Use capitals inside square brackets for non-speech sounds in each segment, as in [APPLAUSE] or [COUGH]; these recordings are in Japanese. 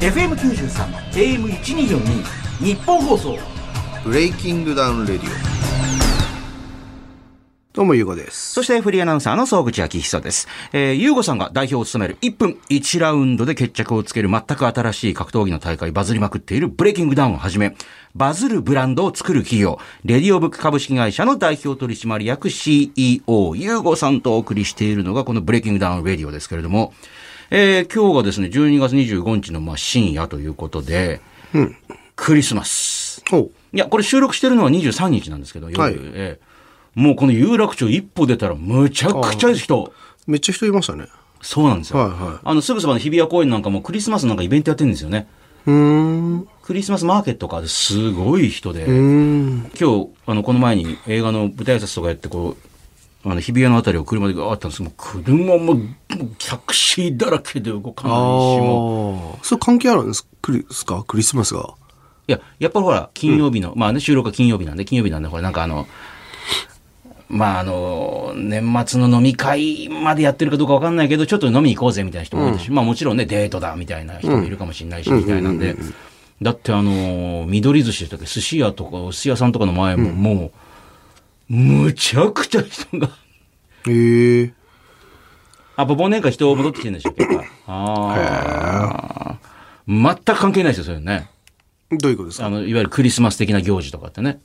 FM93 AM1242 日本放送ブレイキングダウンレディオどうもゆうごですそしてフリーアナウンサーの総口昭久です。えー、ゆうごさんが代表を務める1分1ラウンドで決着をつける全く新しい格闘技の大会バズりまくっているブレイキングダウンをはじめ、バズるブランドを作る企業、レディオブック株式会社の代表取締役 CEO、ゆうごさんとお送りしているのがこのブレイキングダウンレディオですけれども、えー、今日がですね、12月25日のまあ深夜ということで、クリスマス。おういや、これ収録してるのは23日なんですけど、夜、はいええもうこの有楽町一歩出たらむちゃくちゃ人。めっちゃ人いましたねそうなんですよ。はいはいあの、すぐそばの日比谷公園なんかもクリスマスなんかイベントやってるんですよね。うーんクリスマスマーケットか、すごい人で。うーん今日、あの、この前に映画の舞台挨拶とかやって、こう、あの、日比谷のあたりを車でガーッとあったんですけど、もう車も、もう客シーだらけで動かないし、あもうあそれ関係あるんですクリスかクリスマスがいや、やっぱりほら、金曜日の、まあね、収録は金曜日なんで、金曜日なんで、ほら、なんかあの、まああの、年末の飲み会までやってるかどうかわかんないけど、ちょっと飲みに行こうぜみたいな人もいるし、まあもちろんね、デートだみたいな人もいるかもしれないし、みたいなんで、だってあの、緑寿司とか寿司屋とか、お寿司屋さんとかの前も、もう、むちゃくちゃ人が、へえあ、忘年会人戻ってきてるんでしょ、結構。ああ。全く関係ないですよ、それね。どういうことですあかの、いわゆるクリスマス的な行事とかってね。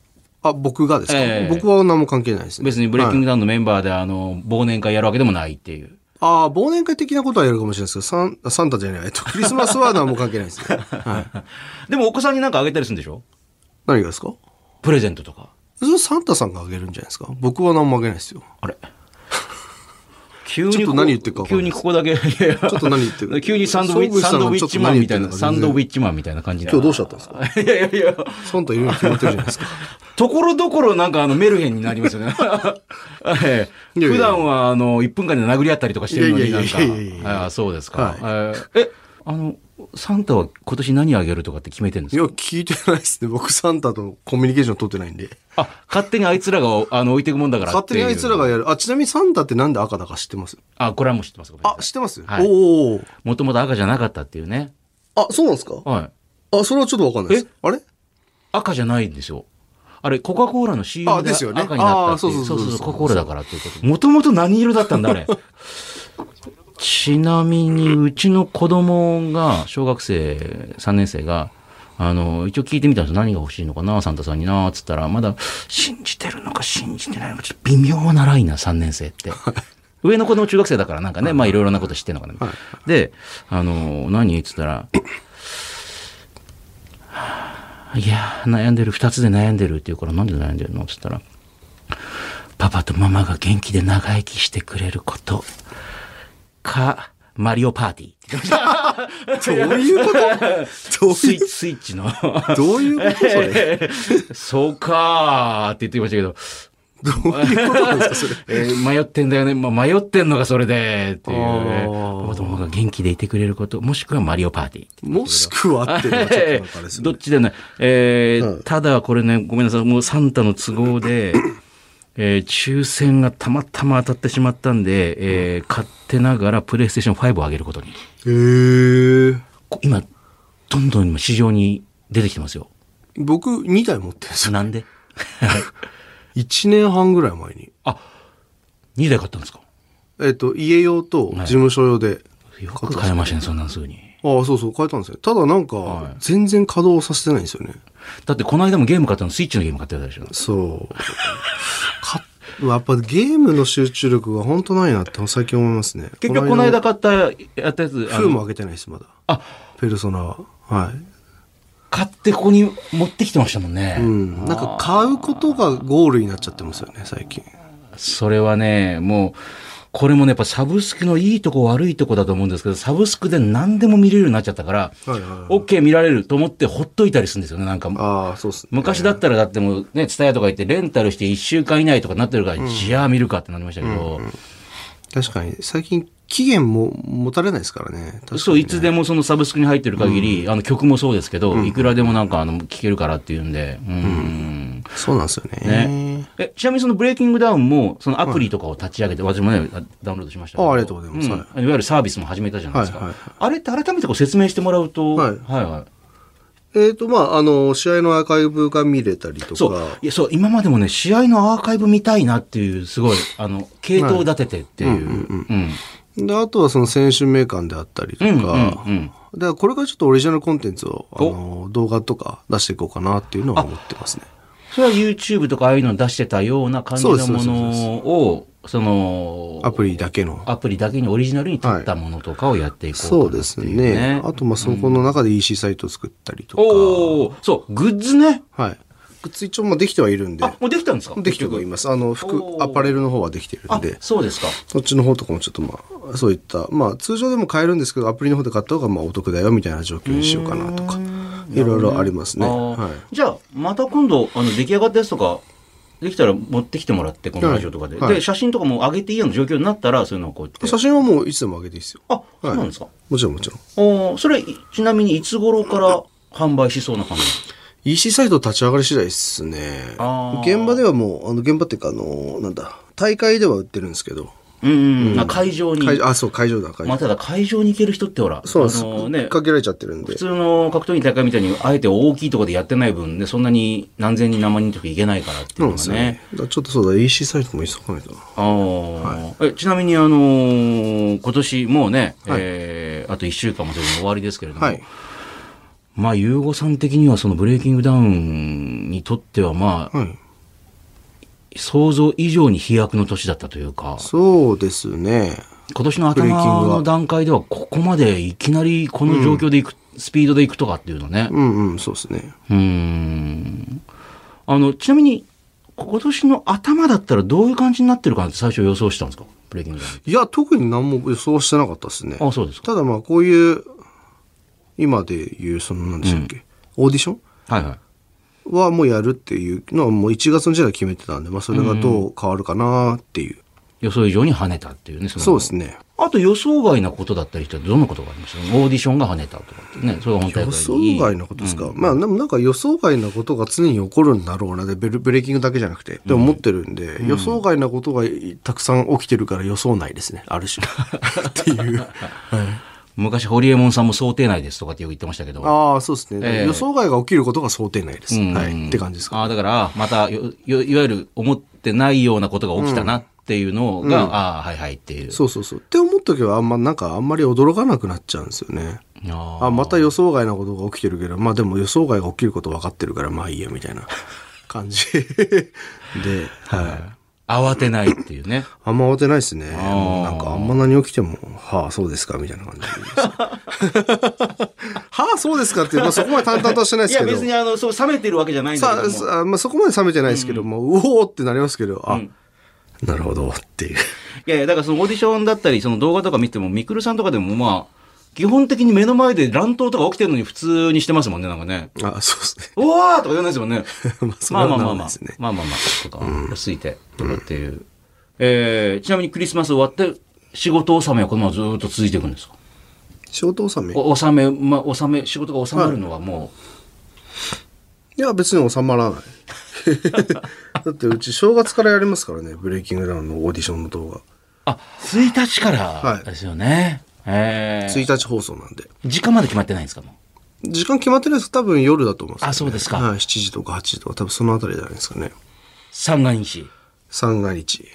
あ僕がですか、ええ僕は何も関係ないですね別にブレイキンはいグダウンのメンバーで、あの、忘年会やるわけでもないっていう。ああ忘年会的なことはやるかもしれないですけどサンあサンタじゃないえっとクリスマスは何も関係ないです [LAUGHS] ねはいでもお子さんになんかあげたりするんでしょ何がですかプレゼントとか。それサンタさんがあげるんじゃないですか僕は何もあげないですよ [LAUGHS] あれ急にちょっことこ何言ってるか分か急んないにここだけ、いやいや [LAUGHS] ちょっと何言って [LAUGHS] る急にサンドウィッチ、遭遇しサたンのドウィッチマンみたいちな、ょっとサ何ン言ドウってィッチマンみたいな感じで今日どうしちゃったんですかいやいやいや、サンタいるの決まってるじゃないですか [LAUGHS] ところどころなんかあのメルヘンになりますよね。 [LAUGHS] ええいやいや普段はあの、1分間で殴り合ったりとかしてるのにいなやいんやいやいやいやいか、ああそうですか、はいえええ、あの、サンタは今年何あげるとかって決めてるんですかいや聞いてないですね [LAUGHS] 僕サンタとコミュニケーション取ってないんであ、勝手にあいつらが、あの、置いていくもんだから勝って手いう。にあいつらがやるあちなみにサンタってなんで赤だか知ってますあ、これはもう知ってます。あ知ってます、はいおおもともと赤じゃなかったっていうね。あそうなんですかはい。あそれはちょっとわかんないですあれ赤じゃないんですよ。あれ、コカ・コーラの CM あでですよね赤になったっていあーそうう。そそううそうそうそうそう、コカ・コーラだからっていうこと。もともと何色だったんだ、あれ。 [LAUGHS] ちなみに、うちの子供が、小学生3年生が、あの、一応聞いてみたんですよ。何が欲しいのかな、サンタさんにな、つったら、まだ、信じてるのか信じてないのか、ちょっと微妙なラインな、3年生っ [LAUGHS] て。上の子供中学生だから、なんかね、まあいろいろなこと知ってるのかな。で、あの、何つったら、いやー、悩んでる、二つで悩んでるって言うから、なんで悩んでるのって言ったら、パパとママが元気で長生きしてくれること、か、マリオパーティーって言ってまどう [LAUGHS] いうことどうした。スイいッチ、スイッチの。うどういうことそれ [LAUGHS] そうかーって言ってきましたけど、 [LAUGHS] どういうことなんですかそれえー迷ってんだよね。まあ、迷ってんのがそれで、っていうね。あー子供が元気でいてくれること、もしくはマリオパーティー。もしくはっていうのはちょっとなんかあれですどねっちでね、えーうんただこれね、ごめんなさい、もうサンタの都合 [COUGHS] で、えー抽選がたまたま当たってしまったんで、えー勝手ながらプレイステーション5を上げることに。へーこ今、どんどん今市場に出てきてますよ。僕2台持ってるんです [LAUGHS] よなんで1年半ぐらい前に ?2 台買ったんですかえっと家用と事務所用でよく買えましたね、そんなんすぐに。ああそうそう変えたんですよただなんか全然稼働させてないんですよねだってこの間もゲーム買ったの、スイッチのゲーム買ってたでしょ。そう。か [LAUGHS] やっぱゲームの集中力が本当ないなって最近思いますね。結局この間買った、やったやつ、あ封もの開けてないです、まだ。あペルソナは。はい。買ってここに持ってきてましたもんね。うん。なんか買うことがゴールになっちゃってますよね、最近。それはね、もう、これもね、やっぱサブスクのいいとこ悪いとこだと思うんですけど、サブスクで何でも見れるようになっちゃったから、はいはい。 OK 見られると思ってほっといたりするんですよね、なんか。ああ、そうっすね。昔だったらだってもうね、ツタヤとか行ってレンタルして1週間以内とかなってるから、じゃあ見るかってなりましたけど、確かに、最近期限も持たれないですからね。確かにそう、いつでもそのサブスクに入ってる限り、あの曲もそうですけど、いくらでもなんかあの、聴けるからっていうんで、うんそうなんですよね。ねえちなみにそのブレイキングダウンも、そのアプリとかを立ち上げて、私もね、ダウンロードしましたけどあありがとうございますんはいいわゆるサービスも始めたじゃないですか。はいはいあれって改めてこう説明してもらうと、はいはいはいえっ、と、まあ、あの、試合のアーカイブが見れたりとそうか、いやそう今までもね、試合のアーカイブ見たいなっていう、すごい、あの系統を立ててっていう、うんで、あとはその選手名鑑であったりとか、うんうんだからこれからちょっとオリジナルコンテンツを、あおの、動画とか出していこうかなっていうのは思ってますね。それは YouTube とかああいうの出してたような感じそのうでもすそうですのを、そのアプリだけの。アプリだけにオリジナルに撮ったものとかをやっていこうかなそうですっていうね。あと、まあ、そこの中で EC サイトを作ったりとか。おお、そう、グッズね。はい。グッズ一応もうできてはいるんで、あ、もうできたんですかできてはいます。あの、服お、ーアパレルの方はできてるんあで、、そうですか。そっちの方とかもちょっとまあ、そういった、まあ、通常でも買えるんですけど、アプリの方で買った方がまあお得だよみたいな状況にしようかなとか、いろいろありますね。あはーい。じゃあ、また今度、あの、出来上がったやつとか、できたら持ってきてもらって、このラジオとかで。はいはいで、写真とかも上げていいような状況になったら、そういうのをこうやって。写真はもういつでも上げていいですよ。あ、そうなんですか。もちろんもちろん。おーそれ、ちなみにいつ頃から販売しそうな感じ EC サイト立ち上がり次第ですねあ。ー現場ではもう、あの、現場っていうか、あの、なんだ、大会では売ってるんですけど、うんうんうん。あ会場に。会あ、そう、会場だ、会場。まあ、ただ会場に行ける人ってほら、そうなんです。あ引のっね、掛けられちゃってるんで普。通の格闘技の大会みたいに、あえて大きいところでやってない分ね、そんなに何千人何万人とかいけないからっていうそのうなんがですね。よね。だからちょっとそうだ、EC サイトも急がないとな。あーえちなみに、あのー今年もうね、えーあと1週間もそれで終わりですけれども、はい。まあ、ゆうごさん的にはそのブレイキングダウンにとっては、まあ、はい。想像以上に飛躍の年だったというか、そうですね。今年のブレイキングは頭の段階では、ここまでいきなりこの状況でいく、スピードでいくとかっていうのね、うんうん、そうですね。うーんあの、ちなみに、今年の頭だったらどういう感じになってるかなって最初予想したんですかブレイキングダウン。いや、特に何も予想してなかったですね。あ、そうですか。ただまあ、こういう、今でいう、その、何でしたっけ、オーディションはいはい。はもうやるっていうのはもう1月の時代決めてたんで、まあ、それがどう変わるかなっていう。予想以上に跳ねたっていうね。そのそうですね。あと予想外なことだったりってどんなことがありましたオーディションが跳ねたとかってね。それが本大会予に想外なことですか、まあでもなんか予想外なことが常に起こるんだろうなでベルブレーキングだけじゃなくてでも思ってるんで、予想外なことがたくさん起きてるから予想内ですねあ [LAUGHS] る種っていう昔、ホリエモンさんも想定内ですとかってよく言ってましたけど。ああそうですね、ええ予想外が起きることが想定内です、うんはいって感じですかああ、だから、またよよ、いわゆる思ってないようなことが起きたなっていうのが、ああ、はいはいっていう。そうそうそうって思っとけばあんまなんかあんまり驚かなくなっちゃうんですよねああまた予想外なことが起きてるけどまあでも予想外が起きること分かってるからまあいいやみたいな感じで、はいあ慌てないっていうね。あんま慌てないですね。ーもうなんかあんま何起きても、はあ、そうですか、みたいな [LAUGHS] 感じです。はあ、そうですかっていう、まあ、そこまで淡々としてないいですやけど。別にあの、そう、冷めてるわけじゃないんだけさども。あさあ、まあ、そこまで冷めてないですけども、うおーってなりますけど、あ、うんなるほどって [LAUGHS] いいう。やいや、だからそのオーディションだったり、その動画とか見ても、みくるさんとかでもまあ、基本的に目の前で乱闘とか起きてるのに普通にしてますもんね、なんかね。あ、そうですね。おわーとか言わないですもんね。まあそれまあはまあまあなまんあですね。まあまあまあ、とか、落ち着いて、とかっていう。えー、ちなみにクリスマス終わって、仕事納めはこのままずーっと続いていくんですか仕事納め。いお納め、まあ、納め、仕事が収まるのはもや、別に収まらない。 [LAUGHS] だってうち正月からやりますからね、ブレイキングダウンのオーディションの動画。う、あ、1日からはいですよね。えー、 1日放送なんで。時間まで決まってないんですかもう時間決まってないです多分夜だと思います、あそうですかはい、7時とか8時とか、多分そのあたりじゃないですかね。三が日。三が日。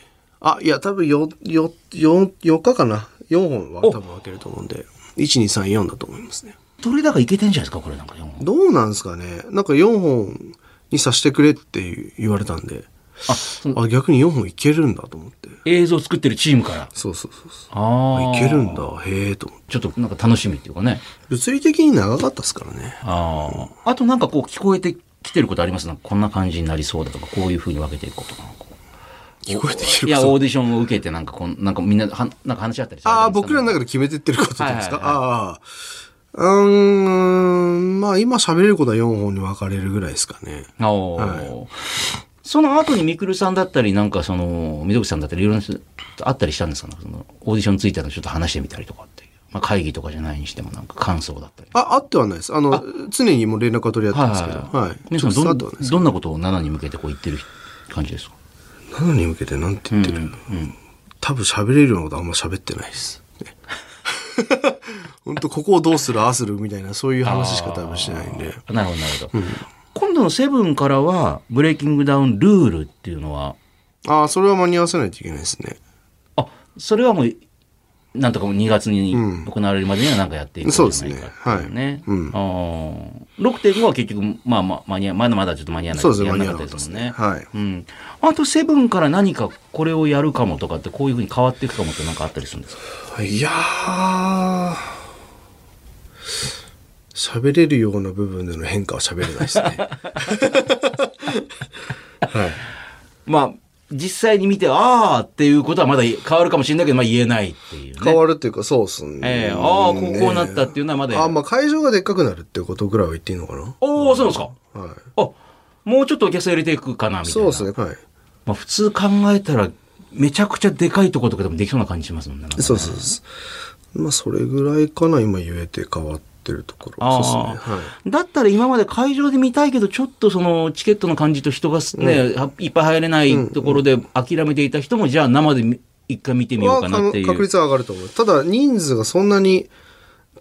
あ、いや、多分よ、よ、よ、4日かな。4本は多分分けると思うんで。1234だと思いますね。どれだかいけてんじゃないですかこれなんか四本どうなんですかねなんか4本にさしてくれっていう言われたんで。あ、そのあ、逆に4本いけるんだと思って。映像作ってるチームから。そうそうそうそう。ああいけるんだ。へえと思って。ちょっとなんか楽しみっていうかね。物理的に長かったですからね。ああ。あとなんかこう聞こえてきてることありますなんかこんな感じになりそうだとか、こういう風に分けていこうとか。なんかこ聞こえてきういてるや、こと。オーディションを受けてなんかこん、なんかみんな、はなんか話し合ったりああ、僕らのなんか中で決めてってることですか、はいはああ。うーん、まあ今喋れることは4本に分かれるぐらいですかね。あーその後にみくるさんだったり、なんかその、みどくさんだったり、いろんな人と会ったりしたんですかなんかその、オーディションについてのちょっと話してみたりとかっていう。まあ会議とかじゃないにしてもなんか感想だったり。あ、あってはないです。あの、常にもう連絡は取り合ってはいますけど。はい。皆さん直接会どっんてはないですどんなことを7に向けてこう言ってる感じですか7に向けてなんて言ってる、多分喋れるようなことあんま喋ってないです。ね [LAUGHS] 本当ここをどうするああするみたいなそういう話しか多分してないんで。なるほど、なるほど。今度のセブンからは、ブレイキングダウンルールっていうのは、ああ、それは間に合わせないといけないですね。あ、それはもう、なんとかもう2月に行われるまでには何かやっていくんじゃそうないでかすっていねうね。はいうんあー6.5は結局、まあまあ、間に合まだまだちょっと間に合わない。そうですねやらなかったですもんね。間に合わなかったですうん。あと、セブンから何かこれをやるかもとかって、こういうふうに変わっていくかもって何かあったりするんですかいやー、喋れるような部分での変化は喋れないです [LAUGHS] ね。はい。まあ、実際に見て、ああっていうことはまだ変わるかもしれないけど、まあ言えないっていうね。変わるっていうか、そうっすね。ええああ、こうこうなったっていうのはまだあ、まあ会場がでっかくなるってことぐらいは言っていいのかなおお、そうなんですか。はい。あもうちょっとお客さん入れていくかなみたいな。そうですね。はい。まあ、普通考えたら、めちゃくちゃでかいとことかでもできそうな感じしますもんね。なんかねそうそうそう。まあ、それぐらいかな、今言えて変わってるとこあろ。あそうですね。はい。だったら今まで会場で見たいけど、ちょっとそのチケットの感じと人がすね、いっぱい入れないところで諦めていた人も、じゃあ生でみ一回見てみようかなっていう。は確率は上がると思う。ただ、人数がそんなに、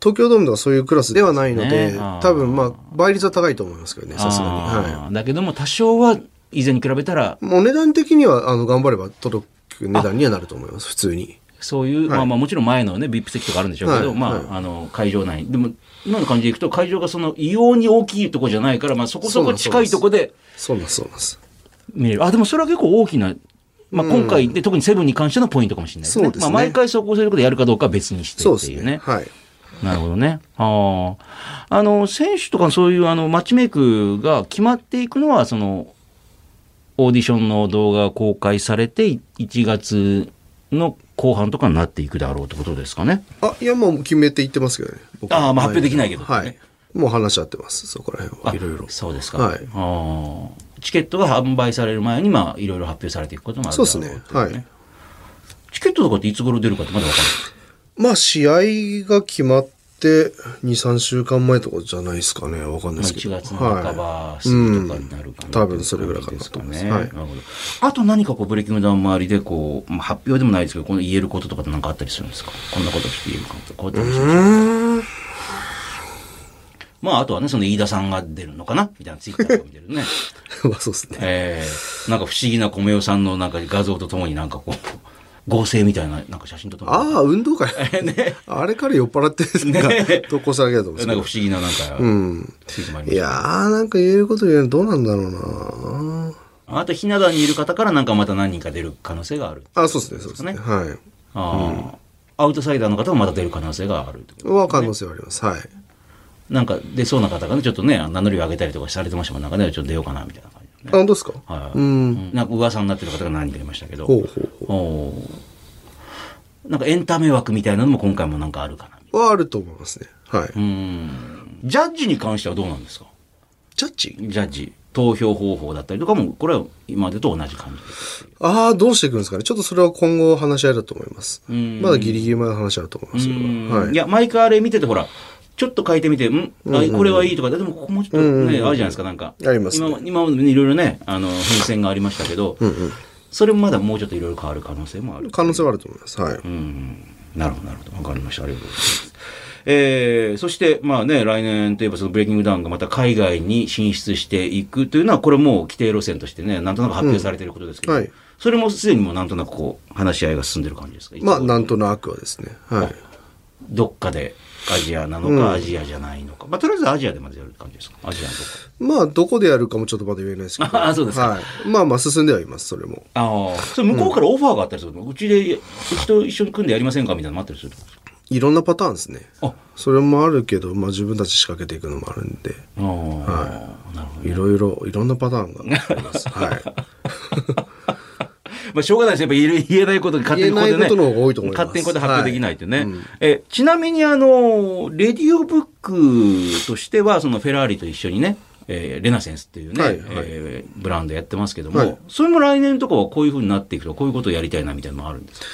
東京ドームとかそういうクラスではないので、ねあー多分、まあ、倍率は高いと思いますけどね、さすがに。はあーだけども多少は以前に比べたらい。もう値段的には、あの、頑張れば届く値段にはなると思います、普通に。そういう、まあまあもちろん前のね、VIP 席とかあるんでしょうけど、はいまあ、はいあの、会場内。でも、今の感じでいくと、会場がその異様に大きいとこじゃないから、まあそこそこ近いとこでそうなんです、そうなんです。見れる。あ、でもそれは結構大きな、まあ今回で、特にセブンに関してのポイントかもしれないですね。そうですねまあ毎回そこをそういうことでやるかどうかは別にしてそうっでてすいうね。ね。はい。なるほどね。ああ。あの、選手とかそういうあの、マッチメイクが決まっていくのは、その、オーディションの動画が公開されて、1月の後半とかになっていくだろうってことですかね。あ、いや、もう決めていってますけどね。僕あーまあ発表できないけどねはい。もう話し合ってます、そこら辺は。いろいろ。そうですか。はいああチケットが販売される前に、まあ、いろいろ発表されていくこともあるそうですだろねっ。ていはい。チケットとかっていつ頃出るかってまだわかんまあ、試合が決まって、2、3週間前とかじゃないですかね。わかんなないでい。す1けど。月の半ば過ぎとかになるかな、うん多分それぐらいかなですとか思いますね。はいなるほど。あと何かこう、ブレイキングダウン周りで、こう、まあ、発表でもないですけど、この言えることとかって何かあったりするんですかこんなことして言えるかもとかこうやってうーん。まあ、あとはね、その飯田さんが出るのかなみたいなツイッターとか見てるね。 [LAUGHS] まあ、そうですね。えー、なんか不思議な米代さんのなんか画像とともになんかこう、合成みたいな、なんか写真とともに。ああ、運 [LAUGHS] 動会。 [LAUGHS] あれから酔っ払って、なんか投稿さなきゃと思うんですなんけどか。不思議な、なんか、うん。ついてまいりいましやー、なんか言えること言えるどうなんだろうなた。あと、ひな壇にいる方からなんかまた何人か出る可能性がある。あ、そうですね、そうですね。はあーアウトサイダーの方もまた出る可能性があるってこい。は、可能性はあります。はい。と。なんか出そうな方がね、ちょっとね、名乗りを上げたりとかされてましたもん、なんかね、ちょっと出ようかな、みたいな感じであ、ね。本当ですか。はいううんんなんか噂になってる方が何人かいましたけど。ほうほうおーなんかエンタメ枠みたいなのも今回もなんかあるかな。ほう。はあると思いますね。はい。うん。ジャッジに関してはどうなんですかジャッジジャッジ、投票方法だったりとかも、これは今までと同じ感じです。ああ、どうしていくんですかね。ちょっとそれは今後話し合いだと思います。ん、まだギリギリまで話し合うと思いますよ。はいや、毎回あれ見てて、ほら、ちょっと変えてみて、んあこれはいいとか、でもここもちょっとね、あるじゃないですか、なんか。ありますね今今までねいろいろね、あの、変遷がありましたけど、それもまだもうちょっといろいろ変わる可能性もある。可能性はあると思います。はい。うんなるほど、なるほど。わかりました。ありがとうございます。えー、そして、まあね、来年といえばそのブレイキングダウンがまた海外に進出していくというのは、これもう規定路線としてね、なんとなく発表されていることですけど、うんはいそれもすでにもうなんとなくこう、話し合いが進んでる感じですかまあ、いつ頃なんとなくはですね。はい。どっかでアジアなのか、アジアじゃないのか。まあ、とりあえずアジアでまずやる感じですかアジアのどこか。まあ、どこでやるかもちょっとまだ言えないですけど。 [LAUGHS] あそうですかはい。まあまあ、進んではいます、それも。ああ。それ向こうからオファーがあったりするの、うちで、うちと一緒に組んでやりませんかみたいなのもあったりするってことですかいろんなパターンですね。あそれもあるけど、まあ、自分たち仕掛けていくのもあるんで、ああ、なるほど。いろいろ、いろんなパターンがあ [LAUGHS] ります。はい。まあ、しょうがないですね。やっぱ言え言えないことに勝手にここでね。言えないことの方が多いと思います勝手にここで発表できないってね。え、ちなみにあの、レディオブックとしては、そのフェラーリと一緒にね、えーレナセンスっていうね、はいはいえーブランドやってますけども、はいそれも来年とかはこういうふうになっていくと、こういうことをやりたいなみたいなのもあるんですか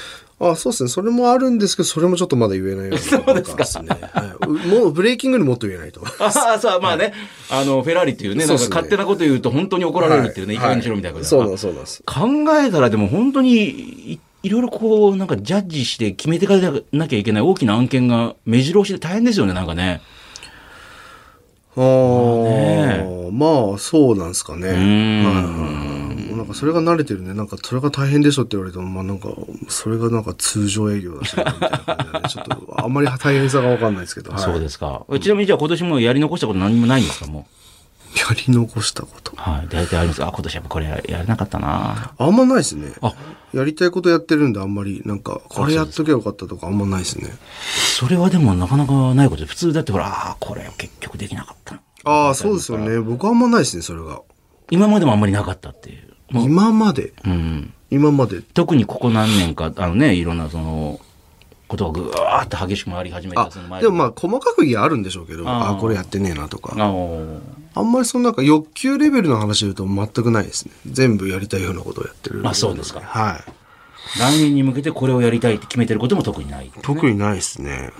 あそうですね。それもあるんですけど、それもちょっとまだ言えないよう [LAUGHS] なそうですか、ねはいもうブレーキングにもっと言えないと。ああ、そう、まあね、 [LAUGHS] あの、フェラーリっていうね、そなうかんっすね勝手なこと言うと本当に怒られるっていうね、はいいかにしろみたいなことだそうななんですそうなんです。考えたらでも本当にい、いろいろこう、なんかジャッジして決めていかなきゃいけない大きな案件が目白押しで大変ですよね、なんかね。ああ、まあ、そうなんですかね。うはーいんはいはいなんかそれが慣れてるね。なんかそれが大変でしょって言われても、まあなんか、それがなんか通常営業だし、みたいな感じでね、ちょっとあんまり大変さがわかんないですけど。はいそうですか。ちなみにじゃあ今年もやり残したこと何もないんですか、もう。やり残したこと。はい。大体あります。あ、今年やっぱこれやれなかったな。あんまないですねあ。やりたいことやってるんで、あんまり、なんか、これやっとけばよかったとか、あんまないですね。それはでもなかなかないことで、普通だってほら、あーこれ結局できなかったな。ああ、そうですよね。僕あんまないですね、それが。今までもあんまりなかったっていう。もう今まで、うん。今まで。特にここ何年か、あのね、いろんなその、ことがぐわーっと激しく回り始めあた、その前でもまあ、細かく言えばあるんでしょうけど、あーああ、これやってねえなとか。あのあんまりそのなんか欲求レベルの話で言うと全くないですね。全部やりたいようなことをやってる。あそうですかはい。来年に向けてこれをやりたいって決めてることも特にない。特にないですね。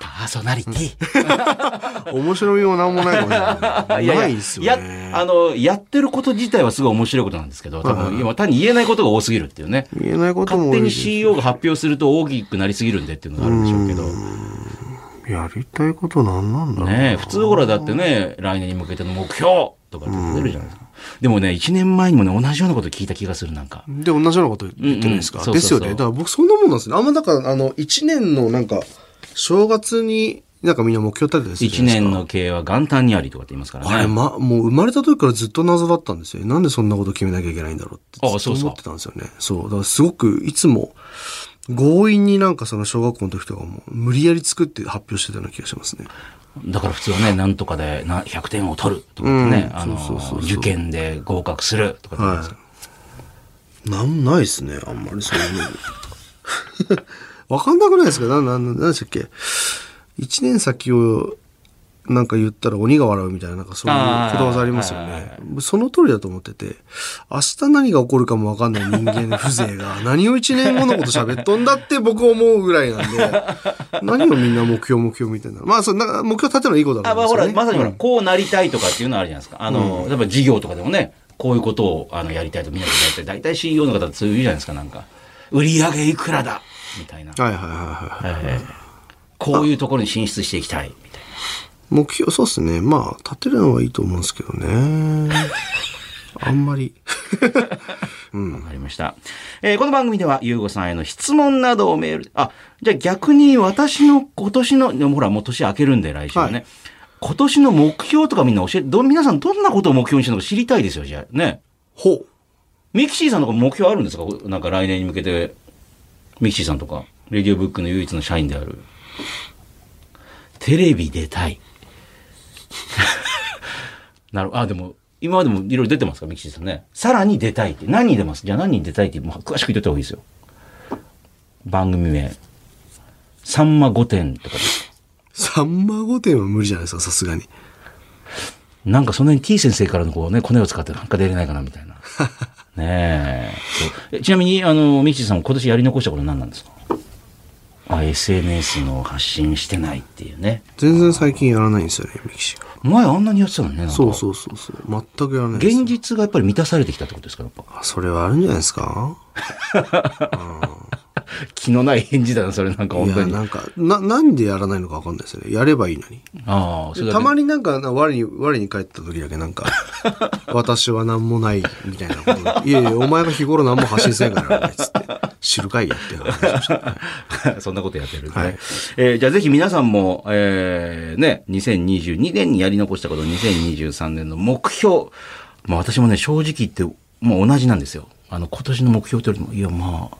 パーソナリティ。面白みもなんもないかもしれない。ないです [LAUGHS] よね。や、あの、やってること自体はすごい面白いことなんですけど、多分今単に言えないことが多すぎるっていうね。言えないこと勝も手多にいし CEO が発表すると大きくなりすぎるんでっていうのがあるんでしょうけど。やりたいことなんなんだろう。ねえ、普通ほらだってね、来年に向けての目標とかって出るじゃないですか。でもね、1年前にもね、同じようなこと聞いた気がする、なんか。で、同じようなこと言ってないですか。うんうんそうそうそうですよね。だから僕そんなもんなんですね。あんまだから、あの、一年のなんか、正月に、なんかみんな目標立てたりするじ1ゃないですか。年の経営は元旦にありとかって言いますからね。あれ、ま、もう生まれた時からずっと謎だったんですよ。なんでそんなこと決めなきゃいけないんだろうってああずっとそうそ思うってたんですよね。そうだからすごく、いつも、強引になんかその小学校の時とかも、無理やり作って発表してたような気がしますね。だから普通はね、なんとかでな100点を取るとかってね、うんあのそうそうそうそう受験で合格するとかって言うんですよはい。なんもないですね、あんまりそういうの。 [LAUGHS] わかんなくないですかな、な、な、なんでしたっけ一年先を、なんか言ったら鬼が笑うみたいな、なんかそういうことわざありますよあーはいはね。その通りだと思ってて、明日何が起こるかもわかんない人間の風情が、 [LAUGHS] 何を一年後のこと喋っとんだって僕思うぐらいなん [LAUGHS] で、何をみんな目標目標みたいな。まあ、そう、なんか目標立てるのはいいことだあとまあ、思ほうんですよら、まね。さにほら、うんこうなりたいとかっていうのはあるじゃないですか。あの、例えば事業とかでもね、こういうことをあのやりたいとみんなでやりたい。大体 CEO の方ってそういうじゃないですか、なんか。売り上げいくらだみたいな。はいはいはいはい。えーこういうところに進出していきたい。みたい目標、そうですね。まあ、立てるのはいいと思うんですけどね。 [LAUGHS] あんまり。な。わかりました。えーこの番組では、ゆうごさんへの質問などをメールであ、じゃあ逆に私の今年の、でもほら、もう年明けるんで、来週はね。はい今年の目標とかみんな教えて、ど、皆さんどんなことを目標にしてるのか知りたいですよ、じゃあ。ね。ほう。ミキシーさんとか目標あるんですかなんか来年に向けて、ミキシーさんとか、レディオブックの唯一の社員である。テレビ出たい。 [LAUGHS] なるあ、でも、今までもいろいろ出てますかミキシーさんね。さらに出たいって。何に出ますじゃあ何に出たいって、もう詳しく言っといた方がいいですよ。番組名。さんま御殿とかです。サンマ御殿は無理じゃないですか、さすがに。なんかそんなに T 先生からのこうね、コネを使ってなんか出れないかなみたい [LAUGHS] な。ねえそうえ。ちなみに、あの、ミキシーさん今年やり残したことは何なんですかあ、SNS の発信してないっていうね。全然最近やらないんですよね、ミキシが。前あんなにやってたのにね。なんかそうそうそうそう。全くやらないです。現実がやっぱり満たされてきたってことですかやっぱ。あそれはあるんじゃないですか気のない返事だな、それなんかい本当や、に。あなんか、な、なんでやらないのかわかんないですよね。やればいいのに。あ、それだたけ。まになんか、な我に、我に帰った時だけなん [LAUGHS] か、私は何もない、みたいなこと。いやいや、お前が日頃何も発信せんからやらないっつって。知るかいやっていう話をし [LAUGHS] てそんなことやってるんでね、はいえーじゃあぜひ皆さんも、えーね、2022年にやり残したこと、2023年の目標。まあ私もね、正直言って、もう同じなんですよ。あの、今年の目標というよりも、いや、まあ、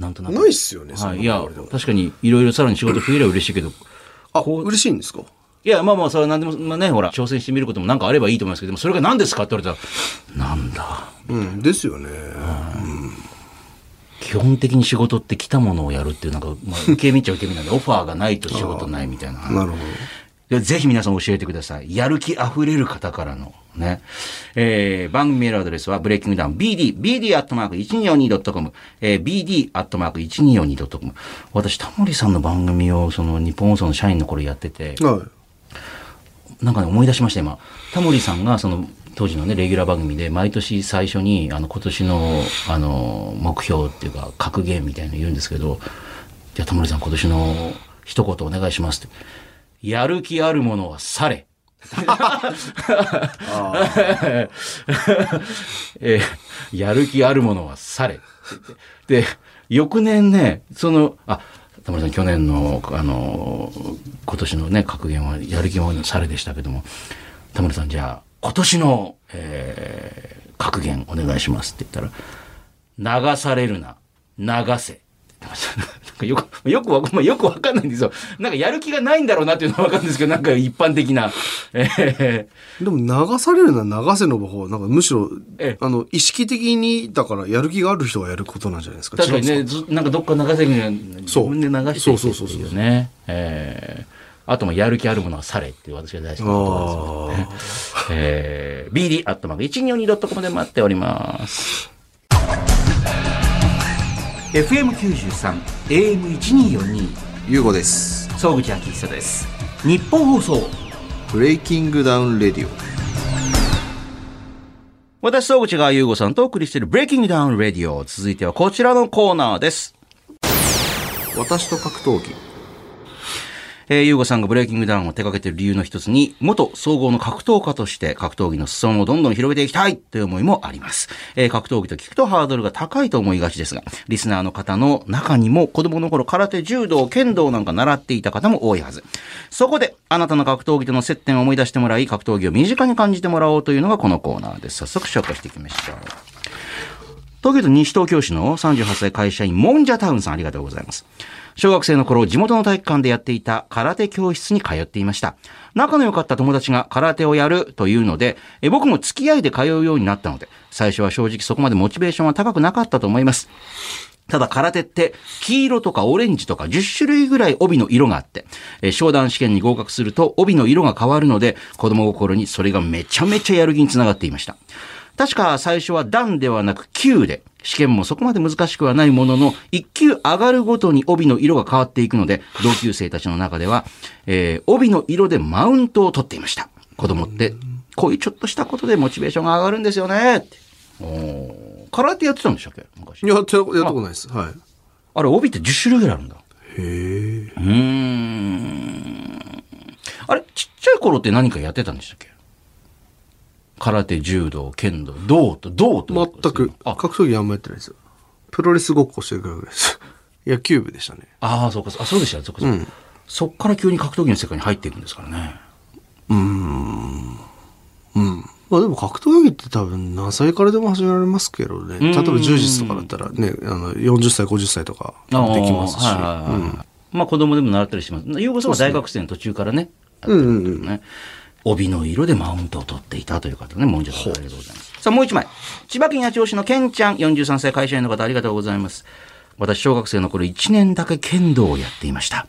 なんとなく。ないっすよねそんは。ないのいや、確かに、いろいろさらに仕事増えれば嬉しいけど、あ、嬉しいんですかいや、まあまあ、それは何でも、まあね、ほら、挑戦してみることもなんかあればいいと思いますけど、でもそれが何ですかって言われたら、なんだ。うん、ですよね。基本的に仕事って来たものをやるっていう、なんか、まあ、受け身っちゃ受け身なんで、オファーがないと仕事ないみたいな。なるほど。でぜひ皆さん教えてください。やる気あふれる方からのね。えー、番組メールアドレスはブレイキングダウン BD、BD アットマーク 1242.com、えー、BD アットマーク 1242.com。私、タモリさんの番組をその日本放送の社員の頃やってて、はい。なんかね、思い出しました、今。タモリさんが、その、当時のね、レギュラー番組で、毎年最初に、あの、今年の、あの、目標っていうか、格言みたいなの言うんですけど、じゃあタモリさん、今年の一言お願いしますって。やる気あるものは去れ。 [LAUGHS] えーやる気あるものは去れって言って。で、翌年ね、その、あ、田村さん、去年の、あの、今年のね、格言は、やる気もあるの去れでしたけども、田村さん、じゃあ、今年の、えー格言お願いしますって言ったら、流されるな、流せ。って言ってましたなんかよく、よくわ、まあ、よくわかんないんですよ。なんかやる気がないんだろうなっていうのはわかるんですけど、なんか一般的な。えーでも流されるな流せの方はなんかむしろええ、あの、意識的に、だからやる気がある人がやることなんじゃないですか。確かに違うねんですずなんかどっか流せるには自分で流していくっていうねそうそうそうそうそえーあともやる気あるものはされっていう私が大好きな言葉ですけどね、えー、BD アットマーク 1242.com で待っております。 FM93 AM1242 ゆうごです総口昭久です日本放送ブレイキングダウンレディオ私、総口が優吾さんとお送りしているブレイキングダウンレディオ。続いてはこちらのコーナーです。私と格闘技えー、ゆうごさんがブレイキングダウンを手掛けている理由の一つに、元総合の格闘家として格闘技の裾野をどんどん広げていきたいという思いもあります。えー、格闘技と聞くとハードルが高いと思いがちですが、リスナーの方の中にも子供の頃空手、柔道、剣道なんか習っていた方も多いはず。そこで、あなたの格闘技との接点を思い出してもらい、格闘技を身近に感じてもらおうというのがこのコーナーです。早速紹介していきましょう。東京都西東京市の38歳会社員、もんじゃタウンさんありがとうございます。小学生の頃、地元の体育館でやっていた空手教室に通っていました。仲の良かった友達が空手をやるというので、え僕も付き合いで通うようになったので、最初は正直そこまでモチベーションは高くなかったと思います。ただ空手って黄色とかオレンジとか10種類ぐらい帯の色があって、えー商談試験に合格すると帯の色が変わるので子供心にそれがめちゃめちゃやる気につながっていました。確か最初は段ではなく級で、試験もそこまで難しくはないものの、1級上がるごとに帯の色が変わっていくので、同級生たちの中では、えー帯の色でマウントを取っていました。子供って、こういうちょっとしたことでモチベーションが上がるんですよねって。おー空手やってたんでしたっけ昔。いや、やったやったことないです。はい。あれ、帯って10種類ぐらいあるんだ。へえ。うーん。あれ、ちっちゃい頃って何かやってたんでしたっけ空手、柔道、剣道、道と、道と。全く、あ、格闘技あんまやってないですよ。プロレスごっこしてるぐらいです。野球部でしたね。ああ、そうか、あ、そうでした、そうか、そうかそっから急に格闘技の世界に入っていくんですからね。まあでも格闘技って多分何歳からでも始められますけどね。例えば柔術とかだったらね、あの、40歳、50歳とかであーきますし。はいはいはいまあ、子供でも習ったりします。ゆうごさんは大学生の途中からね、やってるんですけどね。帯の色でマウントを取っていたという方ね、もんじゃさんありがとうございます。さあ、もう一枚。千葉県八千代市のけんちゃん、43歳会社員の方、ありがとうございます。私、小学生の頃、1年だけ剣道をやっていました。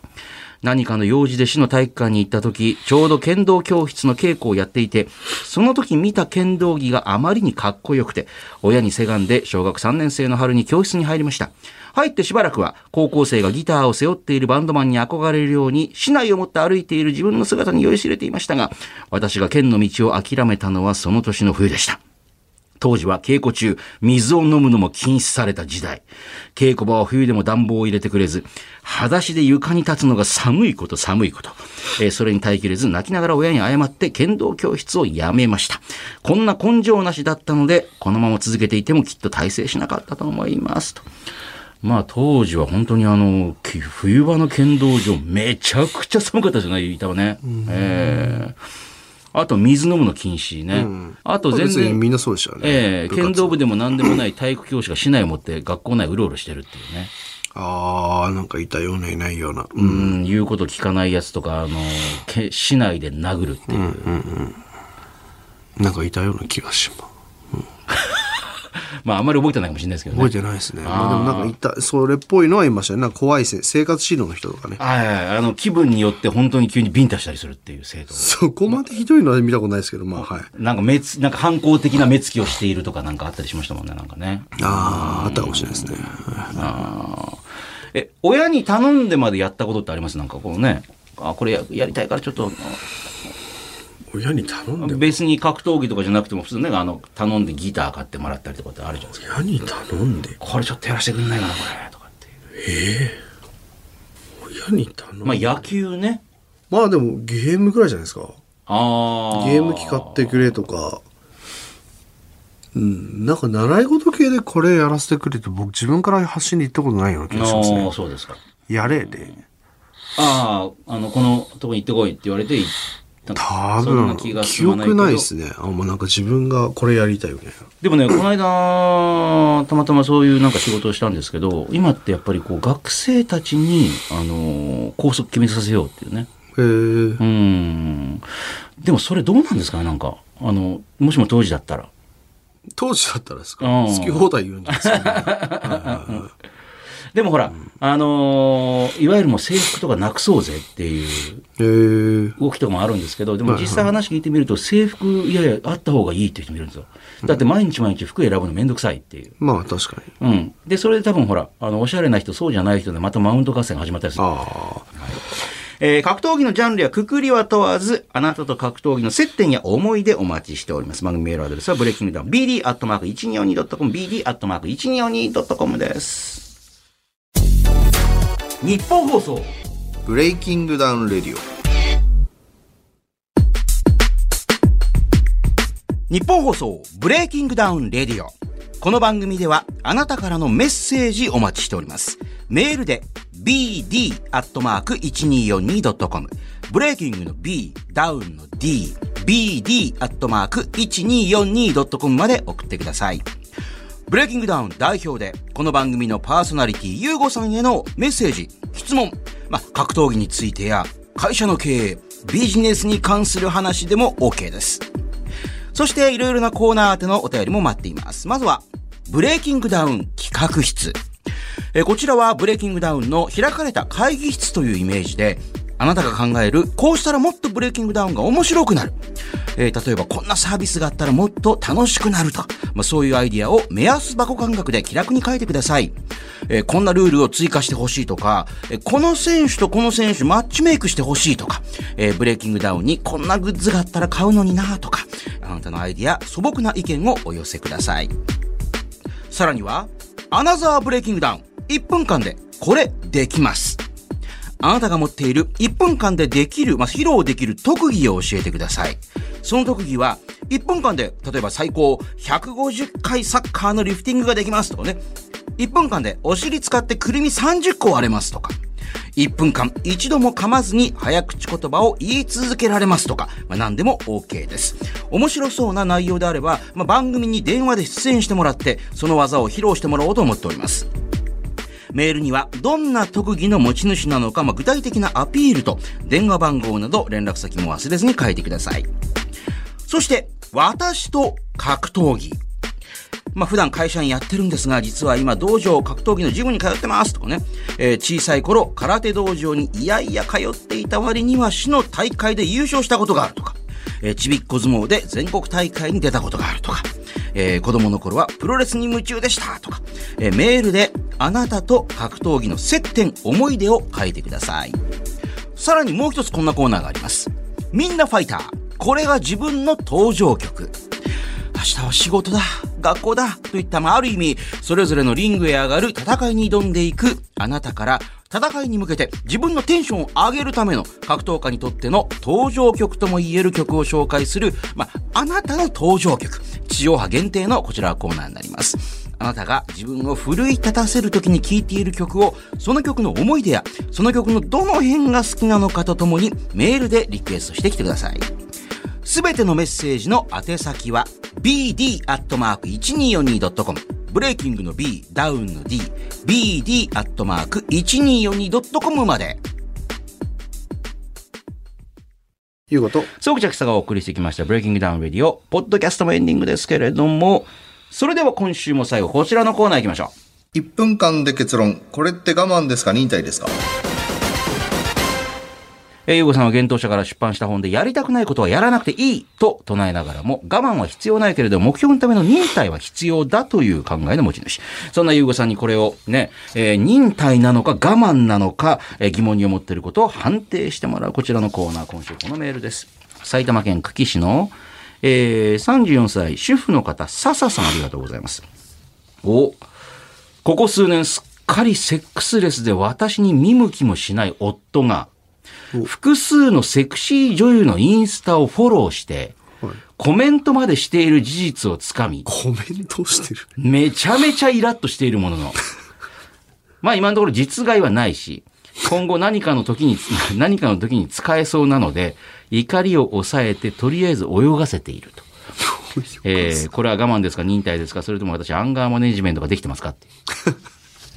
何かの用事で市の体育館に行った時、ちょうど剣道教室の稽古をやっていて、その時見た剣道着があまりにかっこよくて、親にせがんで小学3年生の春に教室に入りました。入ってしばらくは、高校生がギターを背負っているバンドマンに憧れるように、市内を持って歩いている自分の姿に酔いしれていましたが、私が剣の道を諦めたのはその年の冬でした。当時は稽古中、水を飲むのも禁止された時代。稽古場は冬でも暖房を入れてくれず、裸足で床に立つのが寒いこと寒いこと。えーそれに耐えきれず泣きながら親に謝って剣道教室を辞めました。こんな根性なしだったので、このまま続けていてもきっと大成しなかったと思います。とまあ当時は本当にあの、き冬場の剣道場めちゃくちゃ寒かったじゃない板はね。ええあと水飲むの禁止ね。あとまあ全別に然。みんなそうでしたよね。ええ部活剣道部でも何でもない体育教師が市内を持って学校内うろうろしてるっていうね。ああ、なんかいたようないないような。う。うんん、言うこと聞かないやつとか、あの、け市内で殴るっていう。なんかいたような気がします。まあ、あんまり覚えてないかもしれないですけどね。覚えてないですね。まあでもなんかいた、それっぽいのはいましたね。なんか怖いせ生活指導の人とかね。 [LAUGHS] はいはいはいあの、気分によって本当に急にビンタしたりするっていう制度。そこまでひどいのは見たことないですけど、まあはい。なんか目つ、なんか反抗的な目つきをしているとかなんかあったりしましたもんね、なんかね。ああ、あったかもしれないですね。え、親に頼んでまでやったことってありますなんかこのね、あ、これややりたいからちょっと、親に頼ん別に格闘技とかじゃなくても普通ね、あの、頼んでギター買ってもらったりとかってあるじゃないですか。親に頼んでこれちょっとやらせてくんないかな、これ、とかっていう。親に頼んまあ野球ね。まあでもゲームぐらいじゃないですか。ああ。ゲーム機買ってくれとか。うん、なんか習い事系でこれやらせてくれって僕自分から発信に行ったことないような気あがしますあ、ね。そうですか。やれで。ああ、あの、このとこに行ってこいって言われて、多多分、記憶ないですね。あんまなんか自分がこれやりたいみたいな。でもね、この間、たまたまそういうなんか仕事をしたんですけど、今ってやっぱりこう学生たちに、あのー、校則決めさせようっていうね。へーうん。でもそれどうなんですかね、なんか。あの、もしも当時だったら。当時だったらですかうん好き放題言うんじゃないですか、でもほら、あのーいわゆるもう制服とかなくそうぜっていう [LAUGHS] へー動きとかもあるんですけど、でも実際話聞いてみると、制服、いやいや、あった方がいいっていう人もいるんですよ。だって毎日毎日服選ぶのめんどくさいっていう。まあ確かに。うん。で、それで多分ほら、あの、おしゃれな人、そうじゃない人で、またマウント合戦が始まったりする。ああ。えー格闘技のジャンルやくくりは問わず、あなたと格闘技の接点や思い出お待ちしております。番組メールアドレスはブレイキングダウン bd.1242.com、bd.1242.com です。日本放送ブレイキングダウンレディオ日本放送、ブレイキングダウンレディオ。この番組では、あなたからのメッセージお待ちしております。メールで、bd.1242.com、ブレイキングの b、ダウンの d、bd.1242.com まで送ってください。ブレイキングダウン代表で、この番組のパーソナリティ、ゆうごさんへのメッセージ、質問、まあ、格闘技についてや、会社の経営、ビジネスに関する話でも OK です。そして、いろいろなコーナー宛てのお便りも待っています。まずは、ブレイキングダウン企画室。えーこちらはブレイキングダウンの開かれた会議室というイメージで、あなたが考える、こうしたらもっとブレイキングダウンが面白くなる。えー例えばこんなサービスがあったらもっと楽しくなると。まあ、そういうアイディアを目安箱感覚で気楽に書いてください。えーこんなルールを追加してほしいとか、えーこの選手とこの選手マッチメイクしてほしいとか、えーブレイキングダウンにこんなグッズがあったら買うのになとか、あなたのアイディア、素朴な意見をお寄せください。さらには、アナザーブレイキングダウン。1分間で、これ、できます。あなたが持っている1分間でできる、まあ、披露できる特技を教えてください。その特技は、1分間で、例えば最高150回サッカーのリフティングができますとかね。1分間でお尻使ってくるみ30個割れますとか。1分間一度も噛まずに早口言葉を言い続けられますとか、まあ、何でも OK です。面白そうな内容であれば、まあ、番組に電話で出演してもらって、その技を披露してもらおうと思っております。メールには、どんな特技の持ち主なのか、まあ具体的なアピールと、電話番号など連絡先も忘れずに書いてください。そして、私と格闘技。まあ、普段会社にやってるんですが、実は今、道場、格闘技のジムに通ってますとかね、えー小さい頃、空手道場にいやいや通っていた割には、市の大会で優勝したことがあるとか、えーちびっこ相撲で全国大会に出たことがあるとか、えー子供の頃はプロレスに夢中でしたとか、えーメールで、あなたと格闘技の接点、思い出を書いてください。さらにもう一つこんなコーナーがあります。みんなファイター。これが自分の登場曲。明日は仕事だ、学校だ、といった、まあ、ある意味、それぞれのリングへ上がる戦いに挑んでいく、あなたから、戦いに向けて自分のテンションを上げるための格闘家にとっての登場曲とも言える曲を紹介する、まあ、あなたの登場曲、地上波限定のこちらはコーナーになります。あなたが自分を奮い立たせる時に聴いている曲を、その曲の思い出や、その曲のどの辺が好きなのかとともに、メールでリクエストしてきてください。すべてのメッセージの宛先は bd.1242.com ブレイキングの B、ダウンの D、bd.1242.com まで。いうこと。総口秋さがお送りしてきました、ブレイキングダウンレディオ、ポッドキャストもエンディングですけれども、それでは今週も最後、こちらのコーナー行きましょう。 1分間で結論。これって我慢ですか忍耐ですかえー、ゆうごさんは幻冬者から出版した本で、やりたくないことはやらなくていいと唱えながらも、我慢は必要ないけれど、目標のための忍耐は必要だという考えの持ち主。そんなゆうごさんにこれをね、えー忍耐なのか我慢なのか、えー疑問に思っていることを判定してもらうこちらのコーナー、今週このメールです。埼玉県久喜市の、えー34歳、主婦の方、笹さんありがとうございます。お、ここ数年すっかりセックスレスで私に見向きもしない夫が、複数のセクシー女優のインスタをフォローして、コメントまでしている事実をつかみ、コメントしてる。めちゃめちゃイラッとしているものの、まあ今のところ実害はないし、今後何かの時に、 [LAUGHS] 何かの時に使えそうなので、怒りを抑えてとりあえず泳がせていると。えーこれは我慢ですか忍耐ですかそれとも私アンガーマネジメントができてますかっていう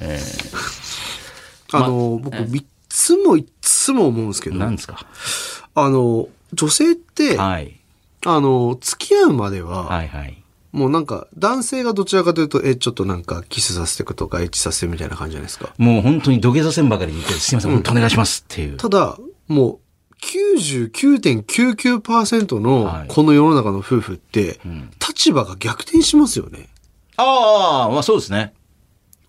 あの、僕、いつもいつも思うんですけど、なんですかあの、女性って、はい。あの、付き合うまでは、はいはい。もうなんか、男性がどちらかというと、え、ちょっとなんか、キスさせてくとか、エッチさせてみたいな感じじゃないですか。もう本当に土下座せんばかりに言って、すいません、本当お願いしますっていう。ただ、もう、99.99%はのいこの世の中の夫婦って、立場が逆転しますよね。ああ、まあそうですね。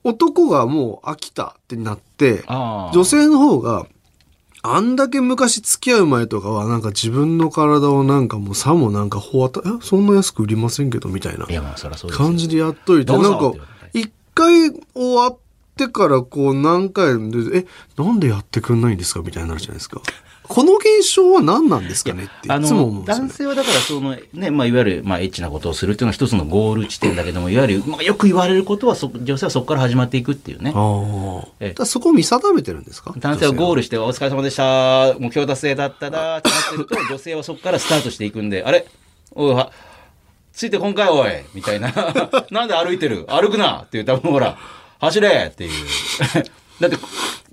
男がもう飽きたってなって、ああ。女性の方が、あんだけ昔付き合う前とかは、なんか自分の体をなんかもうさもなんかほわた、え、そんな安く売りませんけど、みたいないやまあそりゃそうですよ。感じでやっといて、どうなぞんかって言われ、一回終わってからこう何回も出て、え、なんでやってくんないんですかみたいになるじゃないですか。この現象は何なんですかねってあいつも思のうんですよ男性はね。だからその、ねまあ、いわゆる、まあ、エッチなことをするっていうのは一つのゴール地点だけどもいわゆる、まあ、よく言われることはそ女性はそこから始まっていくっていうねあーええだからそこを見定めてるんですか男性はゴール。ルして「お疲れ様でした目標達成だったな」ってなってると女性はそこからスタートしていくんで「あれおいはついてこんかいおい」みたいな [LAUGHS] 「なんで歩いてる歩くな」っていう多分ほら「走れ」っていう [LAUGHS] だって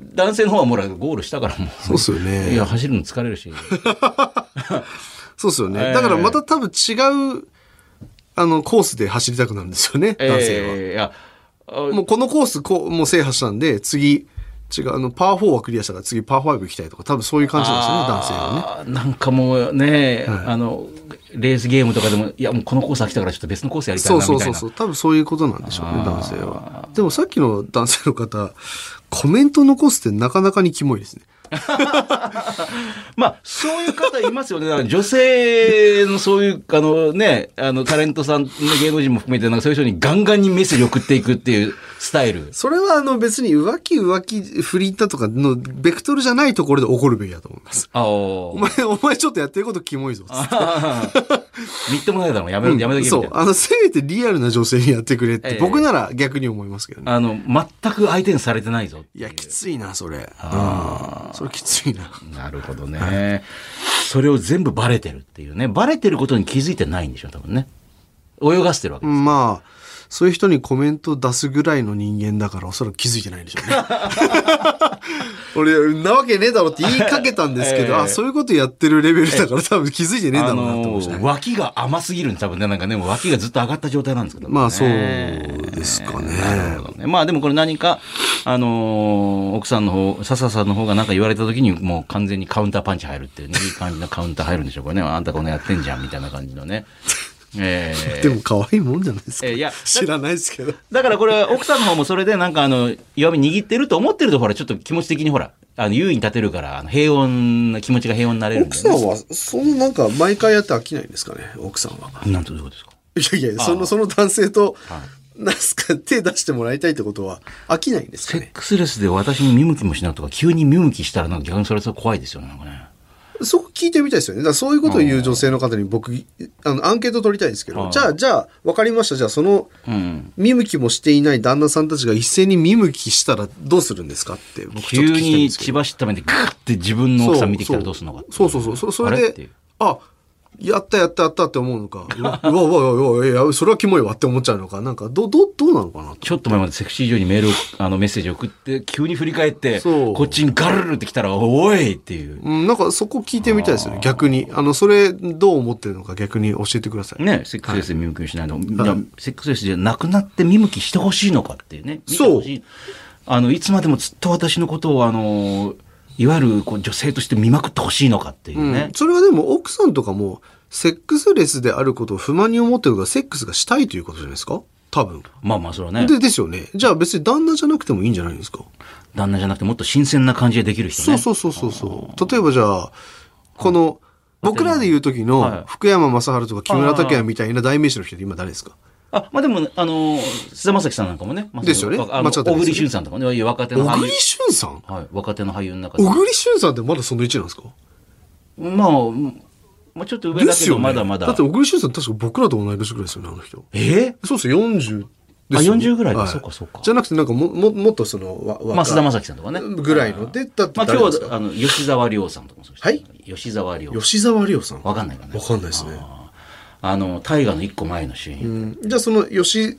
男性の方はもうゴールしたからもそうっすよういやね。走るの疲れる [LAUGHS] し。そうっすよええね。だからまた多分違う、あの、コースで走りたくなるんですよね、男性えーいやあは。もうこのコースこう、もう制覇したんで、次、違う、あの、パー4はクリアしたから次パー5行きたいとか、多分そういう感じなんですよね、男性はね。あーなんかもうね、あの、レースゲームとかでも、いや、もうこのコース飽きたからちょっと別のコースやりたいなそみうたいな。そうそうそう多分そういうことなんでしょうね男性はでもさっきの男性の方コメント残すってなかなかにキモいですねまあ、そういう方いますよね。だから女性のそういう、あのね、あの、タレントさん、芸能人も含めて、なんかそういう人にガンガンにメッセージ送っていくっていうスタイル。それはあの別に浮気浮気不倫だとかのベクトルじゃないところで怒るべきだと思いますあおお。前お前ちょっとやってることキモいぞつってみっともないだろ、やめろ、やめとけみたいそうな。あのせめてリアルな女性にやってくれっえてえ僕なら逆に思いますけどねあの、全く相手にされてないぞ。いやきついなそれうんそれきついななるほどね。それを全部バレてるっていうね。バレてることに気づいてないんでしょ、多分ね。泳がせてるわけです。まあそういう人にコメント出すぐらいの人間だからおそらく気づいてないんでしょう [LAUGHS] ね。俺、なわけねえだろって言いかけたんですけ [LAUGHS] ど、ええあ、そういうことやってるレベルだ [LAUGHS] から多分気づいてねえんだろうなと思いましたあねのー脇が甘すぎるんで多分ね、なんかね、もう脇がずっと上がった状態なんですけど、まあそうねですかね。なるほどねまあでもこれ何か、あのー奥さんの方、笹さんの方が何か言われた時にもう完全にカウンターパンチ入るっていうね、いい感じのカウンター入るんでしょうかね。あんたこのやってんじゃんみたいな感じの [LAUGHS] ね。えーでも可愛いもんじゃないですか。ええいや知らないですけど。だからこれ奥さんの方もそれでなんかあの弱み握ってると思ってるとほらちょっと気持ち的にほらあの優位に立てるからあの平穏な気持ちが平穏になれるん奥で、さんね、は、そのなんか毎回やって飽きないんですかね、奥さんは。なんということですかいやいや、その、その男性と、なんすか、手出してもらいたいってことは飽きないんですセかッね。クスレスで私に見向きもしないとか急に見向きしたらなんか逆にそれは怖いですよねなんかねそこ聞いてみたいですよね。だからそういうことを言う女性の方に僕、あの、アンケート取りたいんですけど、じゃあ、じゃあ、わかりました。じゃあ、その、ん見向きもしていない旦那さんたちが一斉に見向きしたらどうするんですかって、僕ちょっと急聞いてるんにですけ千ど。葉市った目でガーって自分の奥さん見てきたらどうするのかそうそうそう。そそあれれっていでう、あ、やったやったやったって思うのか、うわうわうわうわうわいや、それはキモいわって思っちゃうのか、なんか、ど、ど、どうなのかなとちょっと前までセクシー女優にメールを、あの、メッセージを送って、急に振り返って、そうこっちにガルルって来たら、おいっていう。うん、なんかそこ聞いてみたいですよね、逆に。あの、それどう思ってるのか逆に教えてください。ね、セックスレスで見向きをしないの、じゃあセックスレスじゃなくなって見向きしてほしいのかっていうね。見てそうほしいあの、いつまでもずっと私のことを、あの、いわゆるこう女性として見まくってほしいのかっていうね。それはでも奥さんとかも、セックスレスであることを不満に思ってるから、セックスがしたいということじゃないですか多分。まあまあ、それはね、で、ですよね。じゃあ別に旦那じゃなくてもいいんじゃないですか、旦那じゃなくてもっと新鮮な感じでできる人そうね。そうそうそうそう。例えばじゃあ、この、僕らで言う時はいの福山雅治とか木村拓哉みたいな代名詞の人って今誰ですかあ、まあでも、あの、菅田将暉さんなんかもね。まあですよねあの間違って小ないですよね栗旬さんとかね、ああいう若手の小俳優。栗旬さんはい、若手の俳優の中で小。栗旬さんってまだその位置なんですかまあ、うんまあ、ちょっと上でだけすど、よね。まだまだ。だって小栗旬さん確か僕らと同い年ぐらいですよね、あの人。えそうっすよ、40ですよ、あ40ぐらいかそうかそうかじゃなくてなんかも、も、もっとその、わ、ま若あ、菅田将暉さんとかね。ぐらいの。で、だってまあ、誰今です日か、は、あの、吉沢亮さんとかもそうです。はい吉沢亮。吉沢亮さん。わかんないかねわかんないですね。あの、大河の一個前の主演。うんじゃあその吉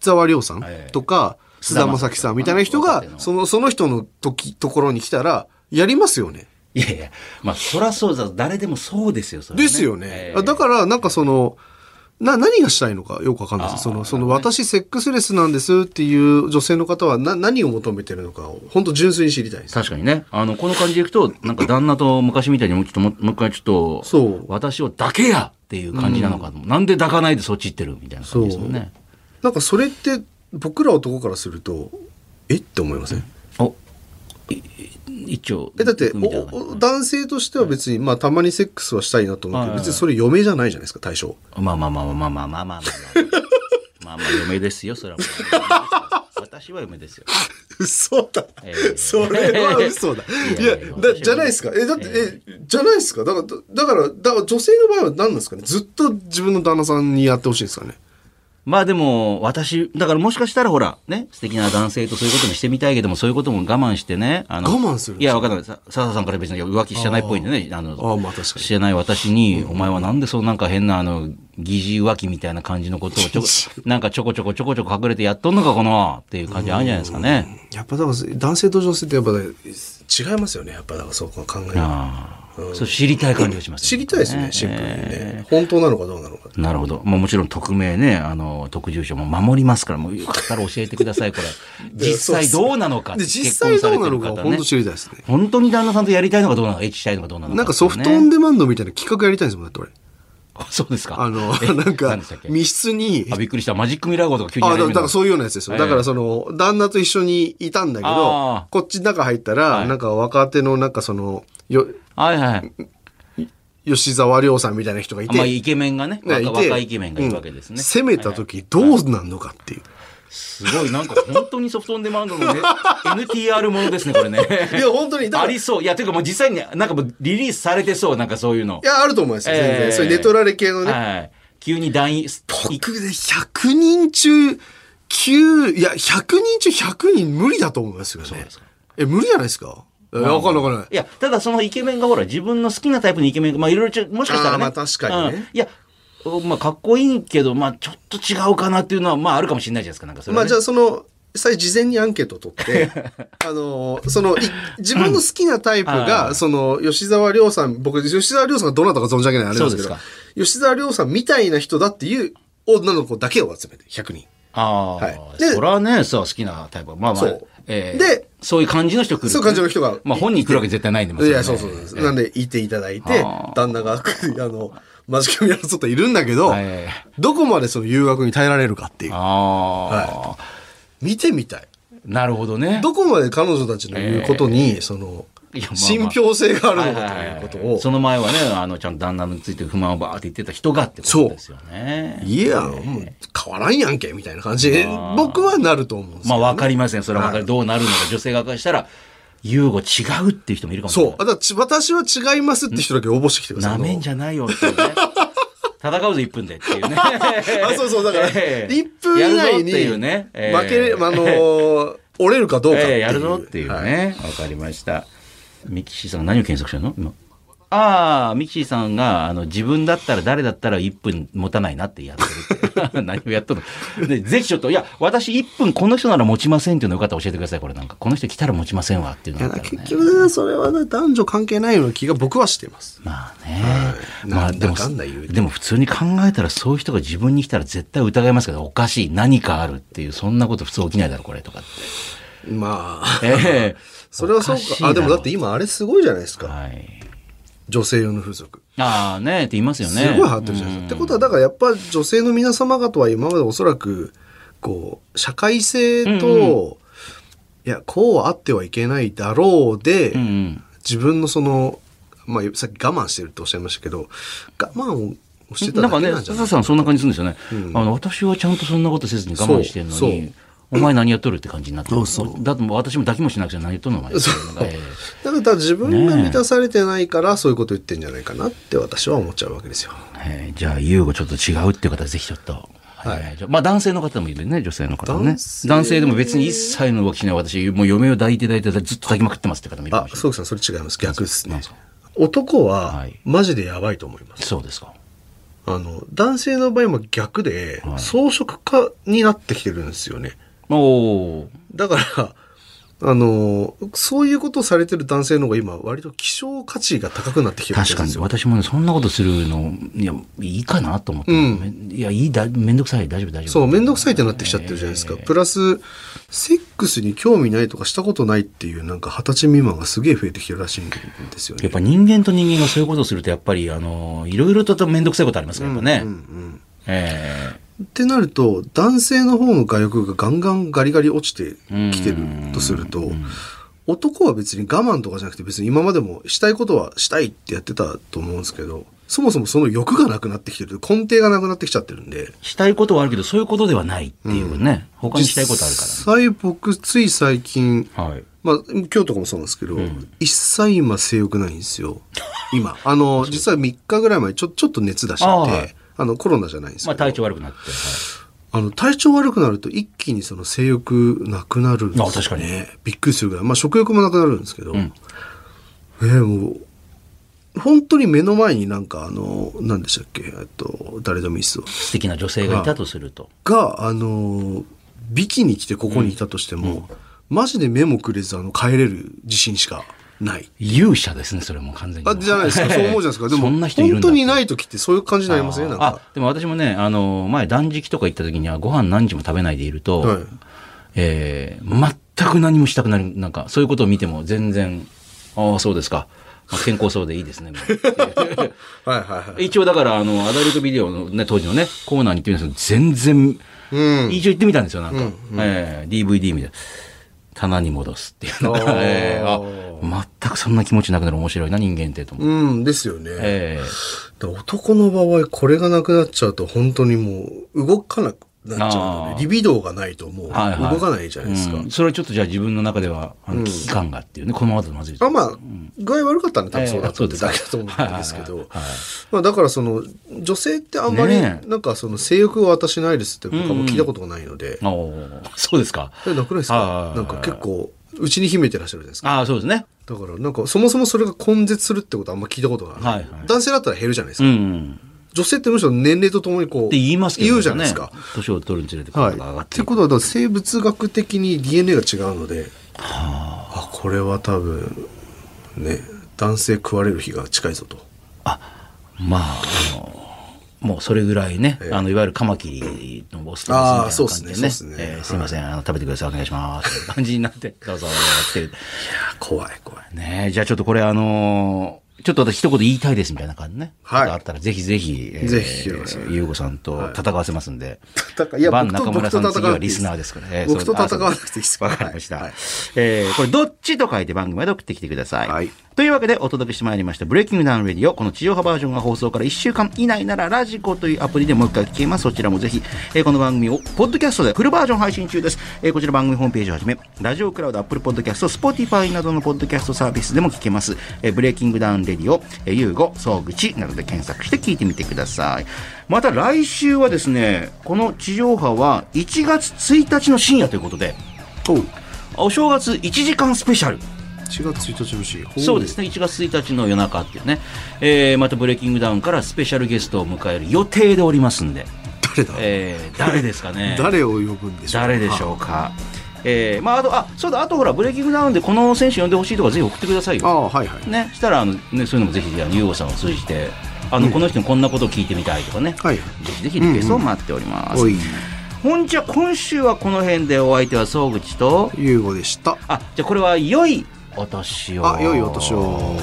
沢亮さんええとか、菅田将暉さんみたいな人菅田将暉さんが、のその、その人の時、ところに来たら、やりますよね。いやいや、まあ、そらそうだ、誰でもそうですよ、それはですよねえ。あだから、なんかその、な、何がしたいのかよくわかんないです。その、その、私、セックスレスなんですっていう女性の方は、な、何を求めてるのかを、本当純粋に知りたいです。確かにね。あの、この感じでいくと、なんか旦那と昔みたいにもうちょっともうもう一回ちょっと、そう私を抱けやっていう感じなのかと、なんで抱かないでそっち行ってるみたいな感じですもんね。なんかそれって、僕ら男からすると、えって思いませんお、いい一応。え、だって、みたいなおお男性としては別に、まあ、たまにセックスはしたいなと思うけはど、い別にそれ嫁じゃないじゃないですか、対象。まあまあまあまあまあまあまあまあまあ。まあまあ嫁ですよ、それはもう。私は嫁ですよ。嘘だえー。それは嘘だ。いいややいや、だじゃないですか。え、だって、え、じゃないですか。だから、だから、だから女性の場合は何なんですかねずっと自分の旦那さんにやってほしいんですかねまあでも、私、だからもしかしたらほら、ね、素敵な男性とそういうこともしてみたいけども、そういうことも我慢してね。あの我慢するんでいや、すかわかんない。さ笹田さんから別に浮気してないっぽいんでね。あのああまあ確かにしてない私に、お前はなんでそうなんか変な、あの、疑似浮気みたいな感じのことを [LAUGHS] ちょこ、なんかちょこちょこちょこちょこ隠れてやっとんのか、この、っていう感じあるんじゃないですかね。やっぱだから、男性と女性ってやっぱ、ね、違いますよね。やっぱ、だからそう考えるとああ。そう知りたい感じがします、知りたいですね、シンプルにね。本当なのかどうなのか。なるほど。まあもちろん匿名ね、あの、特住所も守りますから、もうよかったら教えてください、こ [LAUGHS] れ。実際どうなのかで、実際どうなのか、結婚されてる方本当知りたいですね。本当に旦那さんとやりたいのかどうなのか、エッチしたいのかどうなのか、なんかソフトオンで。デマンドみたいな企画やりたいんですもん、だって俺。 [LAUGHS] そうですか。あのえ、 [LAUGHS] なんか何でしたっ、け密室に、あ、びっくりした。マジックミラー号とか急にやあだりだるからそういうようなやつですよ。だかええらその、旦那と一緒にいたんだけあどー、こっち中入ったら、いなんか若手のなんかその、よ、はいはい。吉沢亮さんみたいな人がいて、まあ、イケメンがね、ね若いて若いイケメンがいるわけですね。うん攻めた時どうなんのかっていう。すごい、なんか本当にソフトオンデマンド [LAUGHS] のね、NTR ものですね、これね。いや、本当に、だかあら、いりそう。いや、ていうかもう実際になんかもうリリースされてそう、なんかそういうの。や、あると思いますよ、全然。ええそういうネトラレ系のね。はい。急に団員、い僕で100人中、9、いや、100人中100人無理だと思いますよねですか。え、無理じゃないですかえわかんないわかんない。いや、ただそのイケメンがほら、自分の好きなタイプのイケメンが、まあいろいろちょ、もしかしたらあーね。まあ確かにねうんいや、おまあかっこいいけど、まあちょっと違うかなっていうのは、まああるかもしれないじゃないですか、なんかそれはまあね、じゃあその、際事前にアンケートを取って、 [LAUGHS] あの、その、い自分の好きなタイプうが、その、吉沢亮さん、僕、吉沢亮さんがどなたか存じ上げないあれなんですけそどうで、吉沢亮さんみたいな人だっていう女の子だけを集めて、100人。ああ、はいでそれはね、そう、好きなタイプは。まあまあそう、えーでそういう感じの人来る。そういう感じの人がまあ本人来るわけ絶対ないんで、まあいれはねや、そうそうです。なんで、いていただいて、旦那が、 [LAUGHS] あの、マジカミ争っているんだけどはい、どこまでその誘惑に耐えられるかっていうあ。あ、見てみたい。なるほどね。どこまで彼女たちの言うことに、そのいやまあまあ、信憑性があはるいのはいかとはいいうことはをい。その前はね、あの、ちゃんと旦那について不満をバーって言ってた人がってことですよね。いや、もう変わらんやんけ、みたいな感じで、僕はなると思うんですまあよ。わかりません。それはわかる。どうなるのか。女性側からしたら、ユーゴ違うっていう人もいるかもしれそうな。あだからち私は違いますって人だけ応募してきてください。い。 [LAUGHS] なめんじゃないよって [LAUGHS] いうね。戦うぞ1分でっていうね。あそうそう、だから、 [LAUGHS] ええ1分以内に、やるぞっていうねええ負けれ、あの [LAUGHS] ー折れるかどうかってえいえう。やるぞっていうはいね。わかりました。ミキシーさんが何を検索してるの今。ああ、ミキシーさんが、あの、自分だったら誰だったら1分持たないなってやって [LAUGHS] る。何をやっとる。で、ぜひちょっと、いや、私1分この人なら持ちませんっていうのよかったら教えてください、これなんか。この人来たら持ちませんわっていういのやがあだったら結ね。局ねそれはね男女関係ないような気が僕はしてますまあね。なまあでもわかんないよ、でも普通に考えたらそういう人が自分に来たら絶対疑いますけど、おかしい、何かあるっていう、そんなこと普通起きないだろ、これとかって。まあええ [LAUGHS] それはそうおしいかなあでもだって今あれすごいじゃないですかはい。女性用の風俗ああ、ねえって言いますよね。すごい流行ってるじゃないですか。ってことは、だからやっぱ女性の皆様方は今までおそらく、こう、社会性と、いや、こうあってはいけないだろうで、うんうん。自分のその、まあ、さっき我慢してるとおっしゃいましたけど、我慢をしてたなんだかけね、なんじ笹ゃない田さんそんな感じするんですよね、あの。私はちゃんとそんなことせずに我慢してるのそうそにう、お前何やっとるって感じになってる。そうそうだってもう私も抱きもしなくちゃ何やっとるのお前っていうのが。ええだからだから自分が満たされてないから、そういうこと言ってんじゃないかなって私は思っちゃうわけですよ。えーじゃあ、ユーゴちょっと違うっていう方、ぜひちょっと。はい、じゃあまあ男性の方もいるね、女性の方もね。男男性性でも別に一切の動きしない私、もう嫁を抱いて抱いて抱いてずっと抱きまくってますって方もいるかあも、しれない。そうきさん、それ違います。逆ですなんねすか。男は、はいマジでやばいと思います。そうですか。あの、男性の場合も逆で、装飾家になってきてるんですよね。おおだから、あの、そういうことをされてる男性の方が今、割と希少価値が高くなってきてるんです確よ。かに。私もね、そんなことするの、いや、いいかなと思って。いや、いいだ、めんどくさい、大丈夫、大丈夫。そう、めんどくさいってなってきちゃってるじゃないですか。プラス、セックスに興味ないとかしたことないっていう、なんか二十歳未満がすげえ増えてきてるらしいんですよやっね。ぱ人間と人間がそういうことをすると、やっぱり、あの、いろいろとめんどくさいことありますから、やっぱね。ええってなると、男性の方の外欲がガンガンガリガリ落ちてきてるとすると、男は別に我慢とかじゃなくて別に今までもしたいことはしたいってやってたと思うんですけど、そもそもその欲がなくなってきてる、根底がなくなってきちゃってるんで、したいことはあるけど、そういうことではないっていうね。他にしたいことあるか実際僕つい最近、ら、はい。まあ今日とかもそうなんですけど、一切今性欲ないんですよ。今。あの、実は3日ぐらい前ちょちょっと熱出しちあゃはっいて、あのコロナじゃないんですけど、まあ体調悪くなって。あの、体調悪くなると一気にその性欲なくなるんですよ、ね。あ確かにびっくりするぐらい。まあ食欲もなくなるんですけど。えーもう、本当に目の前になんかあの、何でしたっけ、えっと、誰でもいいっすよ素敵な女性がいたとすると。が、あの、ビキに来てここにいたとしても、マジで目もくれずあの、帰れる自信しかない。勇者ですね、それも完全に。あ、じゃないです [LAUGHS] か。そう思うじゃないですか。でも、そんな人いるん本だ当にない時ってそういう感じになりますね、なんあか。でも私もね、あの、前断食とか行った時には、ご飯何時も食べないでいると、はいえー全く何もしたくなる、なんか、そういうことを見ても全然、ああ、そうですか。まあ健康そうでいいですね。もう [LAUGHS] はいはいはい。一応だから、あの、アダルトビデオのね、当時のね、コーナーに行ってみたんですけど、全然、一応行ってみたんですよ、なんか。えー DVD みたいな。棚に戻すっていうのが、 [LAUGHS] えーあ全くそんな気持ちなくなる面白いな、人間ってと思う。うん、ですよね。えーだから男の場合これがなくなっちゃうと本当にもう動かなくなっちゃうのあでーリビドーがないともう動はいはいかないじゃないですか。うんそれはちょっとじゃあ自分の中では、あの、危機感がっていうね、このままだとまずい。あまあ、具合悪かったんで多分そうだったええんでだけだと思うんですけはいどはいはいはい、まあだからその女性ってあんまりねえなんかその性欲は私ないですって僕はもう聞いたことがないので、あーそうですか。えなくないですあかーなんか結構うちに秘めてらっしゃるじゃないですか。ああ、そうですね。だからなんかそもそもそれが根絶するってことはあんま聞いたことがない。はいはい男性だったら減るじゃないですうか。ん。女性ってむしろ年齢とともにこう。って言いますけどね。言うじゃないですか。年を取るにつれてこはい。とが上がっっていくてことは、だから生物学的に DNA が違うので、あ、これは多分、ね、男性食われる日が近いぞと。まあ、あの、もうそれぐらいね、あの、いわゆるカマキリのボスとあーみたいな感じそうっすねそうっすねえーすいません、あの、食べてください、お願いし [LAUGHS] ます。って感じになって、どうぞ、っていう。怖い、怖い。ねえ、じゃあちょっとこれあのーちょっと私一言言いたいですみたいな感じね。はいあったらぜひぜひ、えーぜひよろしくゆうごさんと戦わせますんで。戦いいやバン僕と中村さん僕と次戦わはなくてリいいですスナーですから。え僕とそう戦わなくていいですあそうわかりました。はいえーこれどっちと書いて番組まで送ってきてください。はいというわけでお届けしてまいりましたブレイキングダウンレディオ。この地上波バージョンが放送から1週間以内ならラジコというアプリでもう一回聞けます。そちらもぜひ、えーこの番組をポッドキャストでフルバージョン配信中です。えーこちら番組ホームページをはじめ、ラジオクラウド、アップルポッドキャスト、スポティファイなどのポッドキャストサービスでも聞けます。えーブレイキングダウンレディオ、えー、ユーゴ、総口などで検索して聞いてみてください。また来週はですね、この地上波は1月1日の深夜ということで、お正月1時間スペシャル1月1日らしいほそうですね1月1日の夜中っていうね、えーまたブレイキングダウンからスペシャルゲストを迎える予定でおりますんで、誰だ、えー誰ですかね [LAUGHS] 誰を呼ぶんでしょう誰でしょうか、えーまあ、あとあそうだあとほらブレイキングダウンでこの選手呼んでほしいとかぜひ送ってくださいあよ、あはいはいね、したらあの、ね、そういうのもぜひあのユーゴさんを通じてあのこの人にこんなことを聞いてみたいとかね、はいぜひぜひリクエストを待っております、おいほんじゃ今週はこの辺でお相手は総口と優吾でしたあじゃあこれは良いお年をあ良いお年を